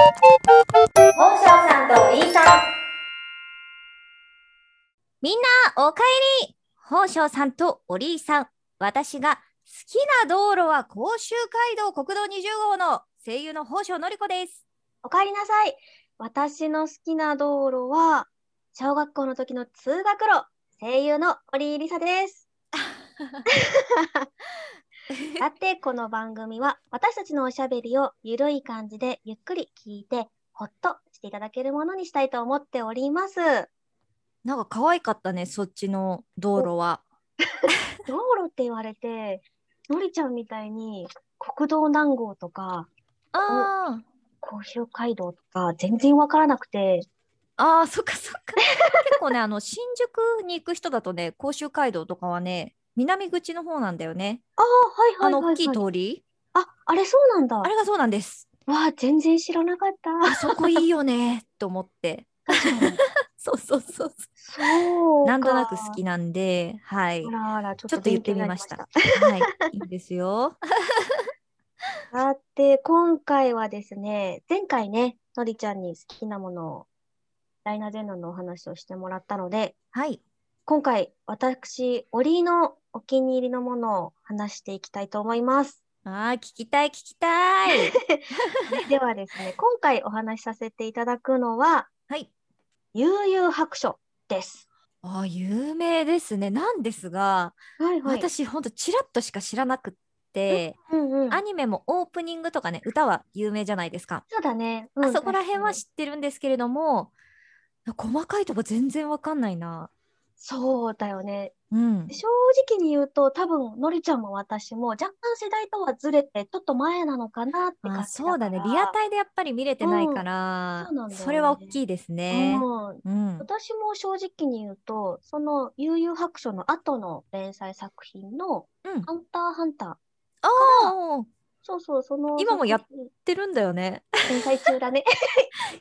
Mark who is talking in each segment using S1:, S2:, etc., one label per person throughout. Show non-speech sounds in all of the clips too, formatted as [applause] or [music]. S1: 本庄さんとイーさん。
S2: みんな、おかえり本庄さんとおりいさん。私が好きな道路は甲州街道国道20号の声優の本庄のりこです。
S3: おかえりなさい。私の好きな道路は、小学校の時の通学路、声優の堀井梨沙 [laughs] です。さて、この番組は、私たちのおしゃべりをゆるい感じでゆっくり聞いて、ほっとしていただけるものにしたいと思っております。
S2: なんか可愛かったね、そっちの道路は。
S3: 道路って言われて、のりちゃんみたいに国道何号とか、
S2: あ
S3: 甲州街道とか全然わからなくて、
S2: [laughs] あー、そっかそっか。結構ね、あの、新宿に行く人だとね、甲州街道とかはね、南口の方なんだよね。
S3: あ
S2: あ
S3: あ、はいは
S2: の
S3: いはい、はい。
S2: 大きい通り。
S3: あ、あれそうなんだ
S2: あ。れがそうなんです。
S3: わあ、全然知らなかった。
S2: あそこいいよね、と思って。そうそうそうそう。
S3: そう
S2: なんとなく好
S3: き。
S2: きなんで、はい。
S3: あらあら、ちょ
S2: ちょっと言ってみました。はい、いいんです
S3: [laughs]
S2: よ。
S3: だって、今回はですね、前回ね、のりちゃんに好きなものを、ダイナゼノンのお話をしてもらったので、
S2: はい、
S3: 今回、私、折りのお気に入りのものを話していきたいと思
S2: [laughs]
S3: います。
S2: ああ、聞きたい、聞きたい。
S3: ではですね、今回お話しさせていただくのは、
S2: はい、
S3: 悠々白書です。
S2: ああ、有名ですね。なんですが、
S3: はい
S2: 私、
S3: 私、
S2: ほんと、ちらっとしか知らなくって、
S3: うんうん。
S2: アニメもオープニングとかね、歌は有名じゃないですか。
S3: そうだね。うん
S2: あそこら辺は
S3: 確かに
S2: 知ってるんですけれども、細かいとこ全然わかんないな。
S3: そうだよね。
S2: うん。
S3: 正直に言うと多分のりちゃんも私も若干世代とはずれてちょっと前なのかなって感
S2: あ
S3: じだから
S2: そうだね。リアタイでやっぱり見れてないから、
S3: うんそうなんだよね
S2: それは大きいですね。
S3: うん、
S2: うん。
S3: 私も正直に言うとその悠々白書の後の連載作品の
S2: うん
S3: 「ハンターハンター
S2: ああ、やっ」
S3: そうそうその
S2: 今もやっ
S3: 作品
S2: てるんだよ
S3: [laughs]
S2: ね。
S3: 連載中だね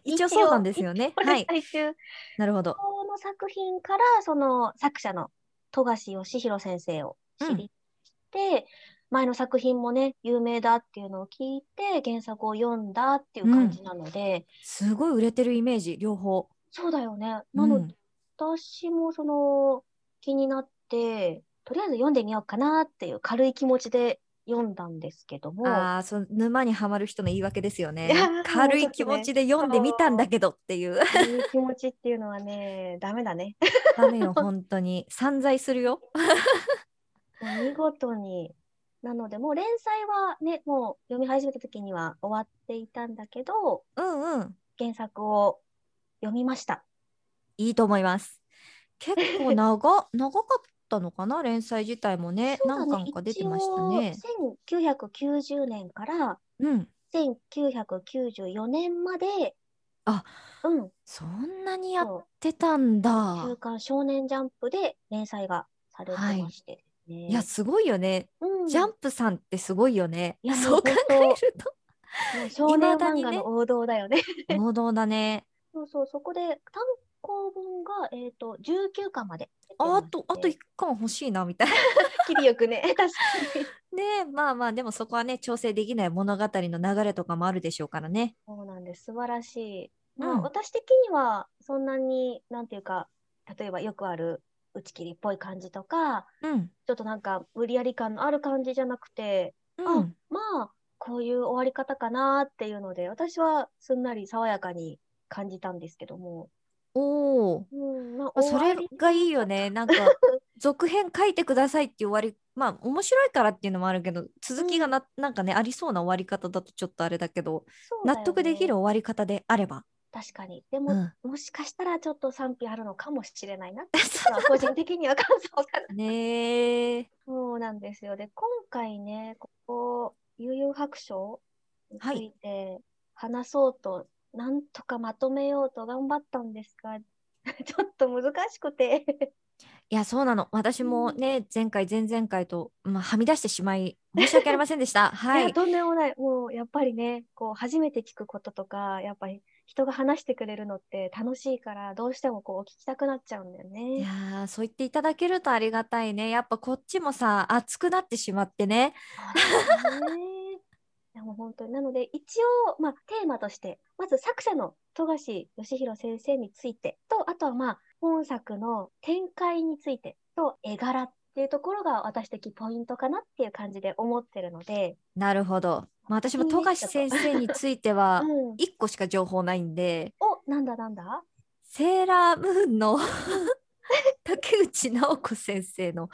S2: 一応そうなんですよね。 [laughs] は
S3: [laughs] 連
S2: い。
S3: 載中、
S2: なるほど。
S3: この作品からその作者の富樫義弘先生を知りして、前の作品もね有名だっていうのを聞いて原作を読んだっていう感じなので、
S2: すごい売れてるイメージ、両方。
S3: そうだよねなの
S2: う
S3: で、
S2: ん
S3: 私もその気になってとりあえず読んでみようかなっていう軽い気持ちで読んだんですけども
S2: ああ、その沼にはまる人の言い訳ですよね
S3: いや。
S2: 軽い気持ちで読んでみたんだけどっていう。
S3: 軽い気持ちっていうのはね [laughs] ダメだね
S2: ダメよ、本当に。散財するよ。
S3: もう見事に。なので、もう連載はね、もう読み始めた時には終わっていたんだけど、
S2: うんうん。
S3: 原作を読みました。
S2: いいと思います。結構長、
S3: [laughs]
S2: 長かったのかな、連載自体もね。
S3: そうだ
S2: 何
S3: ね
S2: 巻か出てましたね。
S3: 一応1990年から
S2: うん。
S3: 1994年まで、
S2: あ、
S3: うん、
S2: そんなにやっ
S3: そう
S2: てたん
S3: 週
S2: だ。
S3: 刊少年ジャンプで連載がされてましてですね。
S2: いや、すごいよね。
S3: うん
S2: ジャンプさんってすごいよね
S3: い。やもう
S2: [laughs] そう考えると。
S3: もう少年漫
S2: 未だ
S3: 画
S2: にね
S3: の王道だよね。 [laughs]
S2: [laughs] 能動だね。
S3: そうそう、そこで単行本が、えっ、と、19巻まで出てま
S2: ああ
S3: して。
S2: と、あと1巻欲しいな、み [laughs] たいな。
S3: きりよ
S2: [laughs]
S3: くね。確かに。
S2: ねえ、まあまあ、でもそこはね、調整できない物語の流れとかもあるでしょうからね。
S3: そうなんです。素晴らしい。
S2: う
S3: ま
S2: ん
S3: あ、私的には、そんなに、なんていうか、例えばよくある打ち切りっぽい感じとか、
S2: うん。
S3: ちょっとなんか無理やり感のある感じじゃなくて、
S2: うん、
S3: まあ、こういう終わり方かなっていうので、私はすんなり爽やかに感じたんですけども。
S2: おお。
S3: うん、ま
S2: まあ
S3: あ、終
S2: そ
S3: わ
S2: れ
S3: り、
S2: がいいよね。なんか、 [laughs] 続編書いてくださいっていう終わり、まあ、面白いからっていうのもあるけど、続きがな、なんかね、ありそうな終わり方だとちょっとあれだけど、
S3: そうだよ
S2: 納得できる
S3: ね。
S2: 終わり方であれば。
S3: 確かに。で
S2: う
S3: も、
S2: ん。 [laughs]
S3: もしかしたらちょっと賛否あるのかもしれないなって、まあ個人的には感想かな。
S2: ねえ。
S3: そうなんですよ。で、今回ね、ここ、悠々白書につ
S2: はい
S3: いて話そうと、なんとかまとめようと頑張ったんですが、 [laughs] ちょっと難しくて。
S2: いや、そうなの。私もね、前回、前々回と、まあ、はみ出してしまい、申し訳ありませんで
S3: [laughs]
S2: した。はいい
S3: や、。とんでもない。もう、やっぱりね、こう、初めて聞くこととか、やっぱり人が話してくれるのって楽しいから、どうしてもこう、聞きたくなっちゃうんだよ
S2: い
S3: ね
S2: や。ーそう言っていただけるとありがたいね。やっぱこっちもさ熱くなってしまってね。
S3: そうだよね [laughs] いやもう本当になので一応、まあ、テーマとしてまず作者の富樫義弘先生についてとあとはまあ本作の展開についてと絵柄っていうところが私的ポイントかなっていう感じで思ってるので、
S2: なるほど。まあ、私も富樫先生については
S3: うん、
S2: 1個しか情報ないんで、
S3: おなんだなんだ
S2: セーラームーン
S3: [laughs]
S2: の竹内直子先生の、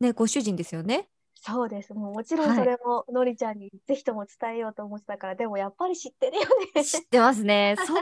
S2: ね、ご主人ですよ
S3: [laughs]
S2: ね。
S3: そうですもうもちろんそれものりちゃんにぜひとも伝えようと思ってたから、でもやっぱり知ってるよね。
S2: 知ってますね。そこ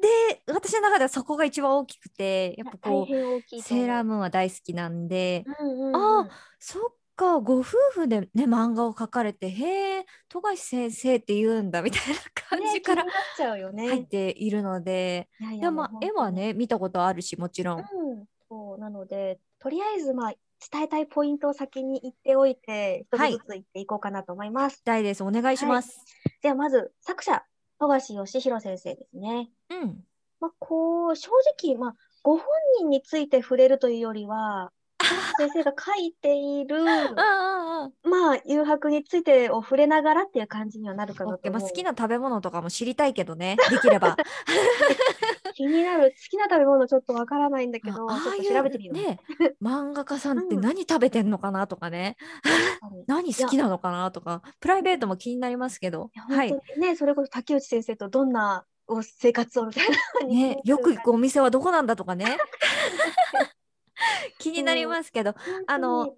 S2: で私の中ではそこが一番大きくてやっぱ
S3: 大
S2: こ
S3: 変大き
S2: う
S3: い
S2: セーラー
S3: ム
S2: ムーンは大好きなんで、
S3: うんうんうん、
S2: あそっかご夫婦でね漫画を描かれてへえ富樫先生って言うんだみたいな感
S3: ね
S2: じから
S3: 気になっちゃうよね。
S2: 入っているので、
S3: いやい
S2: で
S3: や
S2: もまあ
S3: もう
S2: 絵はね見たことあるしもちろん。
S3: うん、そうなので、とりあえず、まあ、伝えたいポイントを先に言っておいて、一
S2: はい
S3: つずつ言っていこうかなと思います。
S2: 大ですお願いします。
S3: では、まず、作者、富樫義弘先生ですね。
S2: うん。
S3: まあ、こう、正直、まあ、ご本人について触れるというよりは、先生が書いている、
S2: うんうんうん。
S3: まあ、誘白についてを触れながらっていう感じにはなるか
S2: オッ
S3: な
S2: ケ
S3: と
S2: ーまあ
S3: 思う
S2: 好。きな食べ物とかも知りたいけどねできれ
S3: [laughs]
S2: ば。
S3: 気になる、好きな食べ物ちょっとわからないんだけど、ちょ
S2: ああ
S3: っ
S2: い
S3: と
S2: う
S3: 調べてみよう。
S2: ね漫画家さんって
S3: うん
S2: 何食べてんのかなとかね、
S3: 確かに
S2: 何好きなのかなとかプライベートも気になりますけど
S3: いや
S2: は
S3: 本
S2: い、
S3: 当にね、それこそ竹内先生とどんなお生活をみたいな風に
S2: ね、よく行くお店はどこなんだとか [laughs] ね気になりますけど
S3: 本当に
S2: あの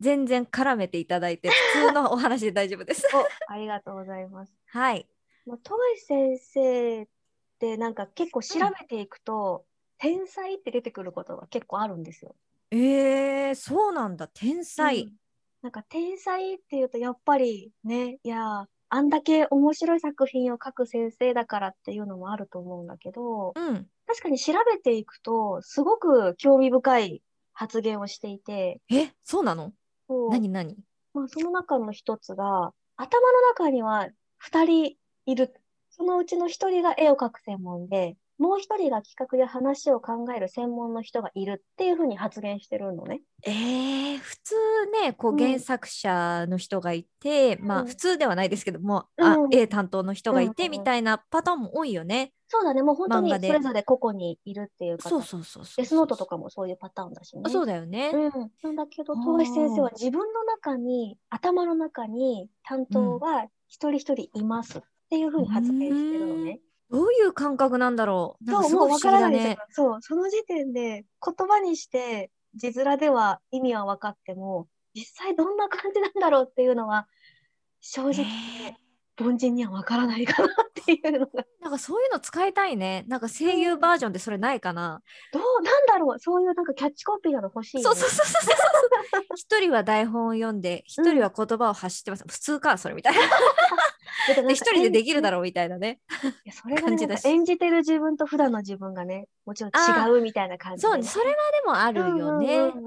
S2: 全然絡めていただいて普通のお話で大丈夫 [laughs] です
S3: おありがとうございます。
S2: はい
S3: もう戸井先生ってなんか結構調べていくと、天才って出てくることが結構あるんですよ。
S2: えー、そうなんだ天才、
S3: うんなんか天才っていうとやっぱりねいやーあんだけ面白い作品を書く先生だからっていうのもあると思うんだけど
S2: うん
S3: 確かに調べていくとすごく興味深い発言をしていて
S2: えそうなの
S3: こう
S2: 何何
S3: まあ、その中の一つが、頭の中には二人いる。そのうちの一人が絵を描く専門で、もう一人が企画や話を考える専門の人がいるっていうふうに発言してるのね。
S2: えー、普通ねこ
S3: う
S2: うん原作者の人がいて、ま
S3: う
S2: あ
S3: ん
S2: 普通ではないですけども、
S3: う
S2: あ
S3: ん
S2: A 担当の人がい
S3: うん
S2: て
S3: うんうん
S2: みたいなパターンも多いよね。
S3: そうだね、もう本当に
S2: 漫
S3: そ
S2: 画で
S3: れぞれ個々にいるっていう方。
S2: そうそうそうそう。
S3: デスノートとかもそういうパターンだしね。
S2: そうだよね。
S3: うん、なんだけど、富樫先生は自分の中に、頭の中に担当が一人一人いますっていうふうに発言してるのね。
S2: どういう感覚なんだろう。なん
S3: そ
S2: か
S3: う、
S2: す
S3: も
S2: ご
S3: う
S2: い不
S3: わ
S2: 思議
S3: から
S2: だ
S3: ないですよ
S2: ね。。
S3: そう、その時点で言葉にして字面では意味は分かっても、実際どんな感じなんだろうっていうのは、正直ね、凡人には分からないかなっていうのが、
S2: なんかそういうの使いたいね。なんか声優バージョンでそれないかな。
S3: どう、なんだろう、そういうなんかキャッチコピーなの欲しい、ね。
S2: そうそうそうそうそう。 [laughs] 一人は台本を読んで、一人は言葉を発してます。普通かそれみたいな。
S3: だってなんか
S2: で一人でできるだ
S3: ろ
S2: ろうみたいなね。
S3: う。いやそれが、ね、
S2: 感じだし
S3: なんか演じてる自分と普段の自分がね、もちろ
S2: あ
S3: ん違うみたいな感じで
S2: そうね、それはでもあるよね。
S3: う
S2: うんん
S3: うんう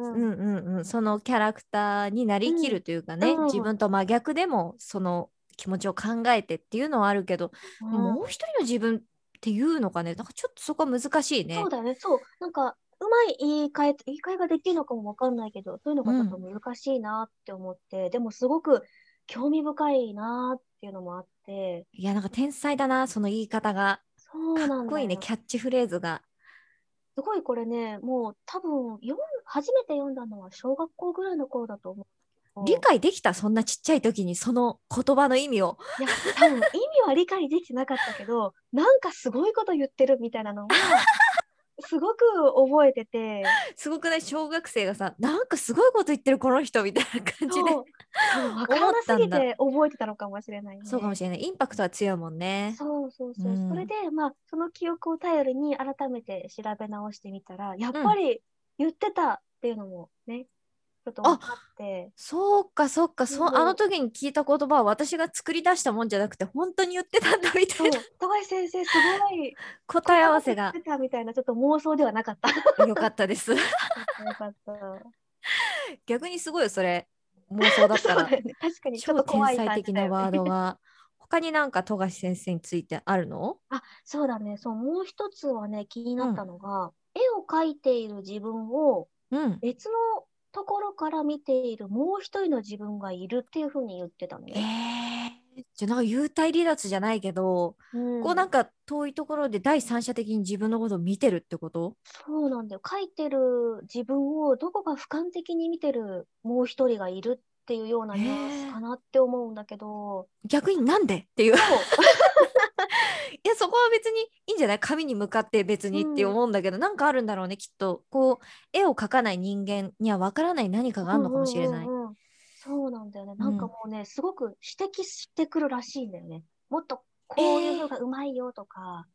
S2: うんうん。そのキャラクターになりきるというかね、
S3: うんうん
S2: 自分と真逆でもその気持ちを考えてっていうのはあるけど、
S3: うん
S2: もう一人の自分っていうのかね、なんかちょっとそこは難しいね
S3: そう。だね、そう。なんか、うまい言い換え、言い換えができるのかもわかんないけど、そういうのが
S2: うん
S3: なんか難しいなって思って、でもすごく興味深いなっていうのもあって、
S2: いや、なんか天才だな、その言い方が。
S3: そうなんだ
S2: かっ
S3: よ
S2: こいいね、キャッチフレーズが。
S3: すごいこれね、もう多分、読ん初めて読んだのは小学校ぐらいの頃だと思う。
S2: 理解できた、そんなちっちゃい時にその言葉の意味を。
S3: いや、多分意味は理解できてなかったけど、なんかすごいこと言ってるみたいなのは、すごく覚えてて、
S2: すごくない小学生がさ、なんかすごいこと言ってる、この人みたいな感じで。
S3: そう、多分わからなす
S2: 思っ
S3: ぎ
S2: たん
S3: て覚えてたのかもしれないね。
S2: そうかもしれない。インパクトは強いもんね。
S3: そうそうそ
S2: う
S3: う。
S2: ん
S3: それで、まあ、その記憶を頼りに改めて調べ直してみたら、やっぱり言ってたっていうのもね、ちょっと分かって、
S2: そうかそうかそ
S3: そう
S2: うあの時に聞いた言葉は私が作り出したもんじゃなくて本当に言ってたんだみた [laughs]
S3: そう
S2: いな、
S3: 高橋先生、すごい、
S2: 答え合わせが
S3: 言ってたみたいな、ちょっと妄想ではな
S2: [laughs]
S3: かった。よ
S2: 良かったです
S3: かった。
S2: [laughs] 逆にすごいよそれ妄想だっ
S3: そ
S2: た
S3: うだ
S2: [laughs] ら、
S3: よね。確かに、ちょっ
S2: 超
S3: と
S2: 天
S3: 怖い
S2: 才
S3: 感じ
S2: 的な
S3: だよね
S2: ワードが他になんか富樫先生についてあるの
S3: あ、そうだね。そう、もう一つはね、気になったのが、絵を描いている自分を
S2: うん
S3: 別のところから見ているもう一人の自分がいるっていうふうに言ってたのね。
S2: えーじゃあなんか幽体離脱じゃないけど、
S3: うん
S2: こうなんか遠いところで第三者的に自分のことを見てるってこと
S3: そうなんだよ。書いてる自分をどこか俯瞰的に見てるもう一人がいるっていうようなニュアン
S2: へえ
S3: スかなって思うんだけど、
S2: 逆になんでっていう。い [laughs]
S3: そう
S2: やそこは別にいいんじゃない紙に向かって別にって思うんだけど、なんかあるんだろうねきっとこう絵を描かない人間には分からない何かがあるのかもしれない。
S3: うんうんうんそうなんだよね。なんかもうね、すごく指摘してくるらしいんだよね。もっとこういうのがうまいよとか、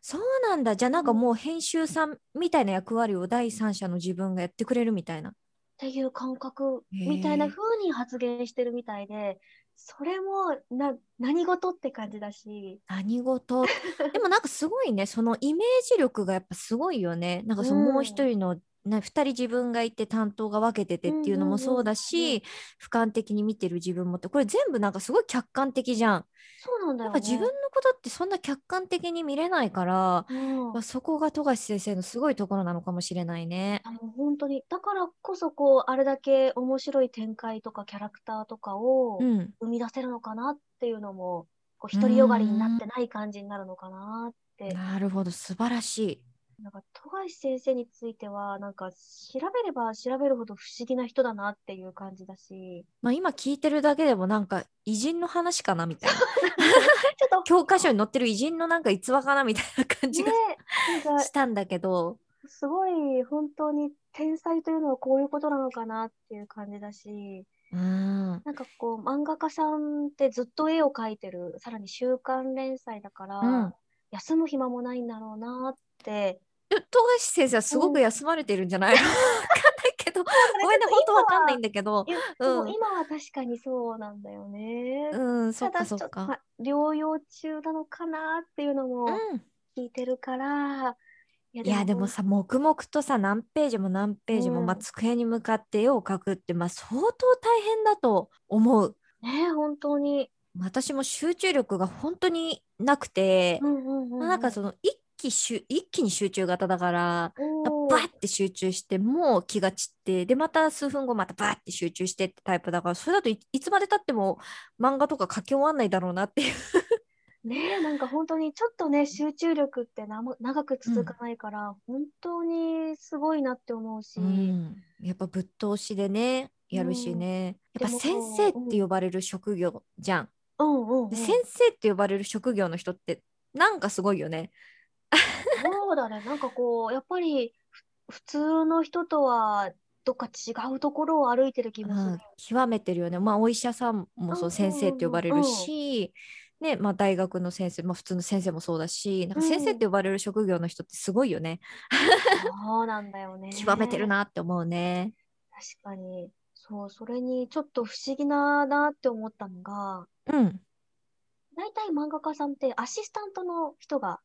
S2: そうなんだじゃあなんかもう編集さんみたいな役割を第三者の自分がやってくれるみたいな。
S3: っていう感覚みたいな風に発言してるみたいで、それもな何事って感じだし、
S2: 何
S3: [laughs]
S2: 事でもなんかすごいねそのイメージ力がやっぱすごいよねなんかその
S3: うん
S2: もう一人の、な2人自分がいて担当が分けててっていうのもそうだし、
S3: うんうんうん
S2: 俯瞰的に見てる自分もってこれ全部なんかすごい客観的じゃん。
S3: そうなんだ
S2: や
S3: よ
S2: っ
S3: ね。
S2: ぱ自分のことってそんな客観的に見れないから、
S3: うん
S2: まあ、そこが富樫先生のすごいところなのかもしれないね。
S3: あの本当にだからこそこうあれだけ面白い展開とかキャラクターとかを
S2: うん、
S3: 生み出せるのかなっていうのもこう独りよがりになってない感じになるのかなって
S2: なるほど素晴らしい。
S3: なんか富樫先生についてはなんか調べれば調べるほど不思議な人だなっていう感じだし
S2: まあ、今聞いてるだけでもなんか偉人の話かなみたいな [laughs]
S3: ちょっと
S2: 教科書に載ってる偉人のなんか逸話かなみたいな感じ
S3: ね
S2: が
S3: なんか
S2: したんだけど、
S3: すごい本当に天才というのはこういうことなのかなっていう感じだし
S2: うん、
S3: なんかこう漫画家さんってずっと絵を描いてるさらに週刊連載だから、
S2: うん
S3: 休む暇もないんだろうなって
S2: え富樫先生はすごく休まれてるんじゃないの、 [laughs] わかんないけどごめんね本当わかんないんだけど
S3: いや、
S2: [laughs] うん
S3: でも今は確かにそうなんだよね。
S2: うんそっ
S3: た
S2: か
S3: だち
S2: そ
S3: ょ
S2: っ
S3: っと
S2: か
S3: まあ療養中なのかなっていうのも
S2: うん
S3: 聞いてるから、いや
S2: いやでもさ黙々とさ何ページも何ページも、
S3: うん
S2: まあ、机に向かって絵を描くって、まあ、相当大変だと思う
S3: ね本当に、
S2: 私も集中力が本当になくて、
S3: うんうんうんう
S2: まあ
S3: ん、
S2: なんかその一気集一気に集中型だから
S3: おー
S2: バッて集中してもう気が散ってでまた数分後またバッて集中してってタイプだからそれだといいつまでたっても漫画とか書き終わんないだろうなっていう
S3: ねなんか本当にちょっとね集中力ってなも長く続かないから、本当にすごいなって思うし、
S2: うんやっぱぶっ通しでねやるしね、
S3: うん
S2: やっぱ
S3: で
S2: 先
S3: も
S2: 生って呼ばれる職業じゃん、
S3: うんうんうん
S2: で先生って呼ばれる職業の人ってなんかすごいよね
S3: そうだね、なんかこう、やっぱりふ普通の人とはどっか違うところを歩いてる気もす
S2: う
S3: る
S2: ん。極めてるよねまあお医者さんもそううん先生って呼ばれるし、ねまあ、大学の先生、まあ、普通の先生もそうだしなんか先生って呼ばれる職業の人ってすごいよね、
S3: そうなんだよね。
S2: 極めてる。なって思うね。
S3: 確かに。そう、それにちょっと不思議ななって思ったのが、
S2: うん、
S3: 大体漫画家さんってアシスタントの人が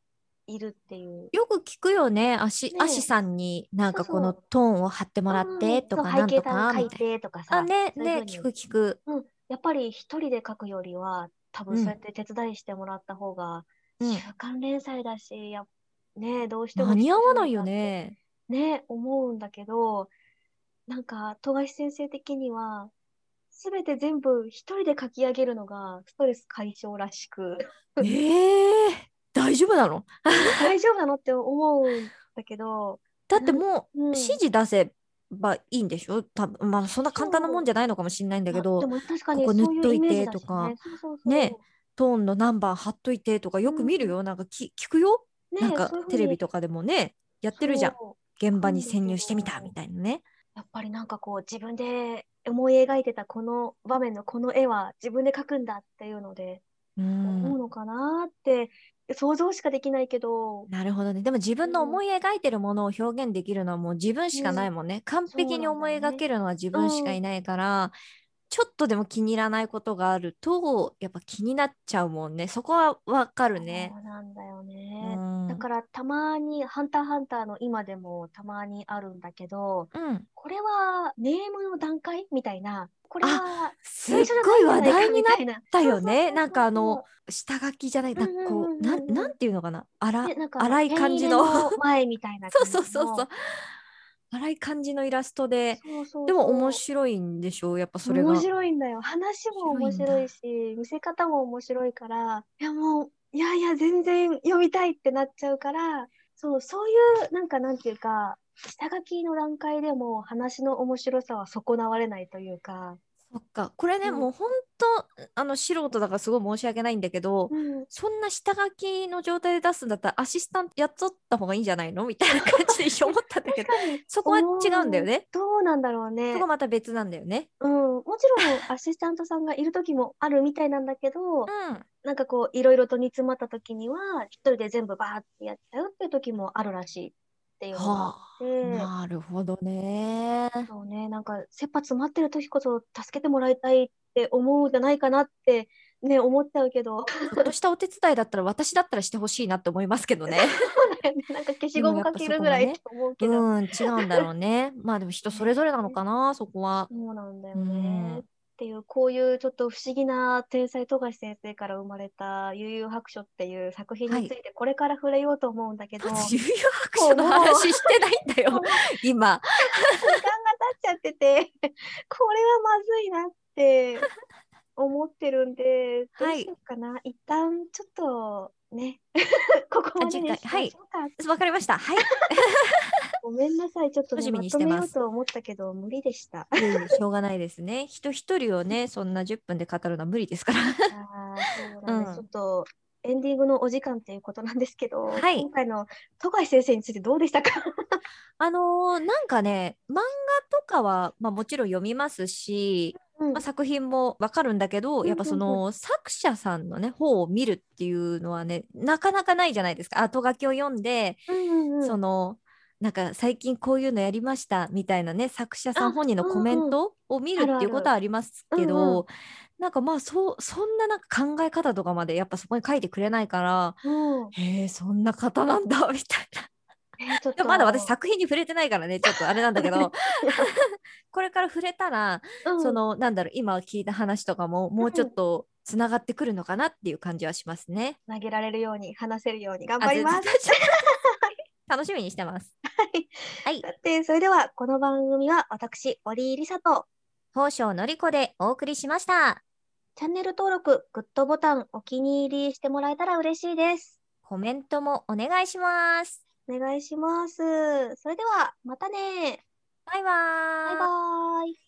S3: いるっていう。
S2: よく聞くよね、アシ、
S3: ね
S2: アシさんになんか
S3: そうそ
S2: こ
S3: う
S2: のトーンを貼ってもらってとか
S3: うん
S2: な
S3: そうん背景
S2: と
S3: さ
S2: か
S3: ん書い
S2: みたい
S3: てとか
S2: な。あ、
S3: さ、
S2: ね、
S3: そういう
S2: ね
S3: ふう、に
S2: 聞く聞く。
S3: やっぱり一人で書くよりは、多分
S2: うん
S3: そうやって手伝いしてもらった方が、
S2: うん
S3: 週刊連載だし、やっねどうしても
S2: 間に合わないよ
S3: 必要なのかって
S2: ね。
S3: ね、思うんだけど、なんか、富樫先生的には、すべて全部一人で書き上げるのがストレス解消らしく、
S2: [laughs] えー、大丈夫なの
S3: 大丈夫なのって思うんだけど、
S2: だっても
S3: うん
S2: う指示出せばいいんでしょ多分まあそんな簡単なもんじゃないのかもしれないんだけ
S3: あで
S2: ど、
S3: も確かに
S2: ここ
S3: そうい
S2: 塗っと
S3: うイ
S2: い
S3: メー
S2: て
S3: ジだ
S2: と
S3: し
S2: か
S3: ね。そうそうそう
S2: ねトーンのナンバー貼っといてとかよく見るよ。なんかき聞くよ。
S3: ね
S2: なんか
S3: そういうふう
S2: テレビ
S3: に
S2: とかでもね、やってるじゃん。
S3: そう
S2: 現場
S3: そう
S2: に潜入
S3: です
S2: してみた
S3: よ
S2: みたいなね。
S3: やっぱりなんかこう、自分で思い描いてたこの場面のこの絵は自分で描くんだっていうので、
S2: う
S3: 思
S2: ん
S3: う。のかなって、想像しかできないけど、
S2: なるほどね。でも自分の
S3: うん
S2: 思い描いてるものを表現できるのはもう自分しかないもんね。完璧に
S3: そうなん
S2: 思
S3: だ
S2: い
S3: よね
S2: 描けるのは自分しかいないから、ちょっとでも気に入らないことがあると、やっぱ気になっちゃうもんね。そこはわかるね。
S3: そうなんだよ
S2: う
S3: ね。
S2: ん。
S3: だからたまに「ハンターハンター」の今でもたまにあるんだけど
S2: うん、
S3: これはネームの段階みたいなこれは
S2: すっごい話題になっ
S3: なった
S2: よね。なんかあの、下書きじゃない、なんかこ
S3: うんうんうん
S2: う、
S3: うん
S2: なんなんていうのかな。あら、
S3: ねなんか
S2: 荒い感じの。
S3: ペン入れ前みたい
S2: [laughs]
S3: な
S2: そ
S3: 感
S2: う
S3: じ
S2: そうそうそう。荒い感じのイラストで、
S3: そうそうそう
S2: でも面白いんでしょう、やっぱそれが。
S3: 面白いんだよ。話も面白いし、見せ方も面白いから、いやもう、いやいや、全然読みたいってなっちゃうから、そう、そういう、なんかなんていうか、下書きの段階でも話の面白さは損なわれないというか、
S2: そっか、これね、
S3: うん
S2: もう本当、あの素人だからすごい申し訳ないんだけど、
S3: うん、
S2: そんな下書きの状態で出すんだったらアシスタントやっとった方がいいんじゃないのみ [laughs] たいな感じで一応思ったんだ
S3: [laughs]
S2: けど、そこは違うんだよね。
S3: どうなんだろうね。
S2: そこまた別なんだよね。
S3: うん、もちろんアシスタントさんがいる時もあるみたいなんだけど、
S2: うん。
S3: なんかこういろいろと煮詰まった時には一人で全部バーってやっちゃうっていう時もあるらしいっていうのがあ
S2: は
S3: って、
S2: あ、なるほどね。
S3: そうね、なんか切羽詰まってる時こそ助けてもらいたいって思うんじゃないかなってね思っちゃうけど、
S2: ちょっとしたお手伝いだったら私だったらしてほしいなって思いますけどね。
S3: なんか消しゴムかけるぐらいって思う [laughs] けど、
S2: うん、違うんだろう
S3: [laughs]
S2: ね。まあでも人それぞれなのかな、そこは。
S3: そうなんだよ
S2: うん
S3: ね。っていうこういうちょっと不思議な天才富樫先生から生まれた悠々白書っていう作品
S2: はい
S3: についてこれから触れようと思うんだけ
S2: [laughs]
S3: ど、
S2: ま
S3: 時
S2: ず悠々白書の話してないんだ
S3: も
S2: よ
S3: う、
S2: 今。
S3: 間が経っちゃってて [laughs] これはまずいなって思ってるんでどう
S2: はい
S3: しようかな、一旦ちょっと
S2: [laughs]
S3: ねここまでにしましょうか、
S2: わかりました。はい。
S3: ごめんなさいちょっと、
S2: 楽し
S3: ね、
S2: み
S3: ま
S2: にし
S3: と
S2: て
S3: め
S2: ます
S3: ようと思ったけど無理でした。
S2: [laughs] いやいやしょうがないですね。人一人をね、そんな10分で語るのは無理ですから。 [laughs]
S3: あーそうだね
S2: うん
S3: ちょっとエンディングのお時間ということなんですけど、
S2: はい
S3: 今回の富樫先生についてどうでしたか
S2: [laughs] あのーなんかね、漫画とかは、まあ、もちろん読みますし、
S3: うん
S2: まあ、作品もわかるんだけど、
S3: うん
S2: やっぱその作者さんのね、本を見るっていうのはね、なかなかないじゃないですか。後書きを読んで、
S3: うんうんうん
S2: そのなんか最近こういうのやりましたみたいなね作者さん
S3: あ
S2: 本人の
S3: うん
S2: コメントを見る
S3: ある
S2: っていう
S3: ある
S2: ことはありますけど、
S3: うんう
S2: なんかまあそうそんななんか考え方とかまでやっぱそこに書いてくれないから
S3: うん
S2: へえそんな方なんだみたいな
S3: えーちょっ
S2: で
S3: と
S2: もまだ私作品に触れてないからねちょっとあれなんだけ
S3: いや [laughs]
S2: どこれから触れたら、
S3: うん
S2: そのなんだろう今聞いた話とかももうちょっとつながってくるのかなっていう感じはしますね。
S3: 投げられるように話せるように頑
S2: あ
S3: 張ります。
S2: ずず [laughs] 楽しみにしてます。はい
S3: だってそれではこの番組は私折井梨沙と
S2: 宝生のりこでお送りしました。
S3: チャンネル登録グッドボタンお気に入りしてもらえたら嬉しいです
S2: コメントもお願いします。
S3: お願いしますそれではまたね
S2: バイバーイ。
S3: バイバーイ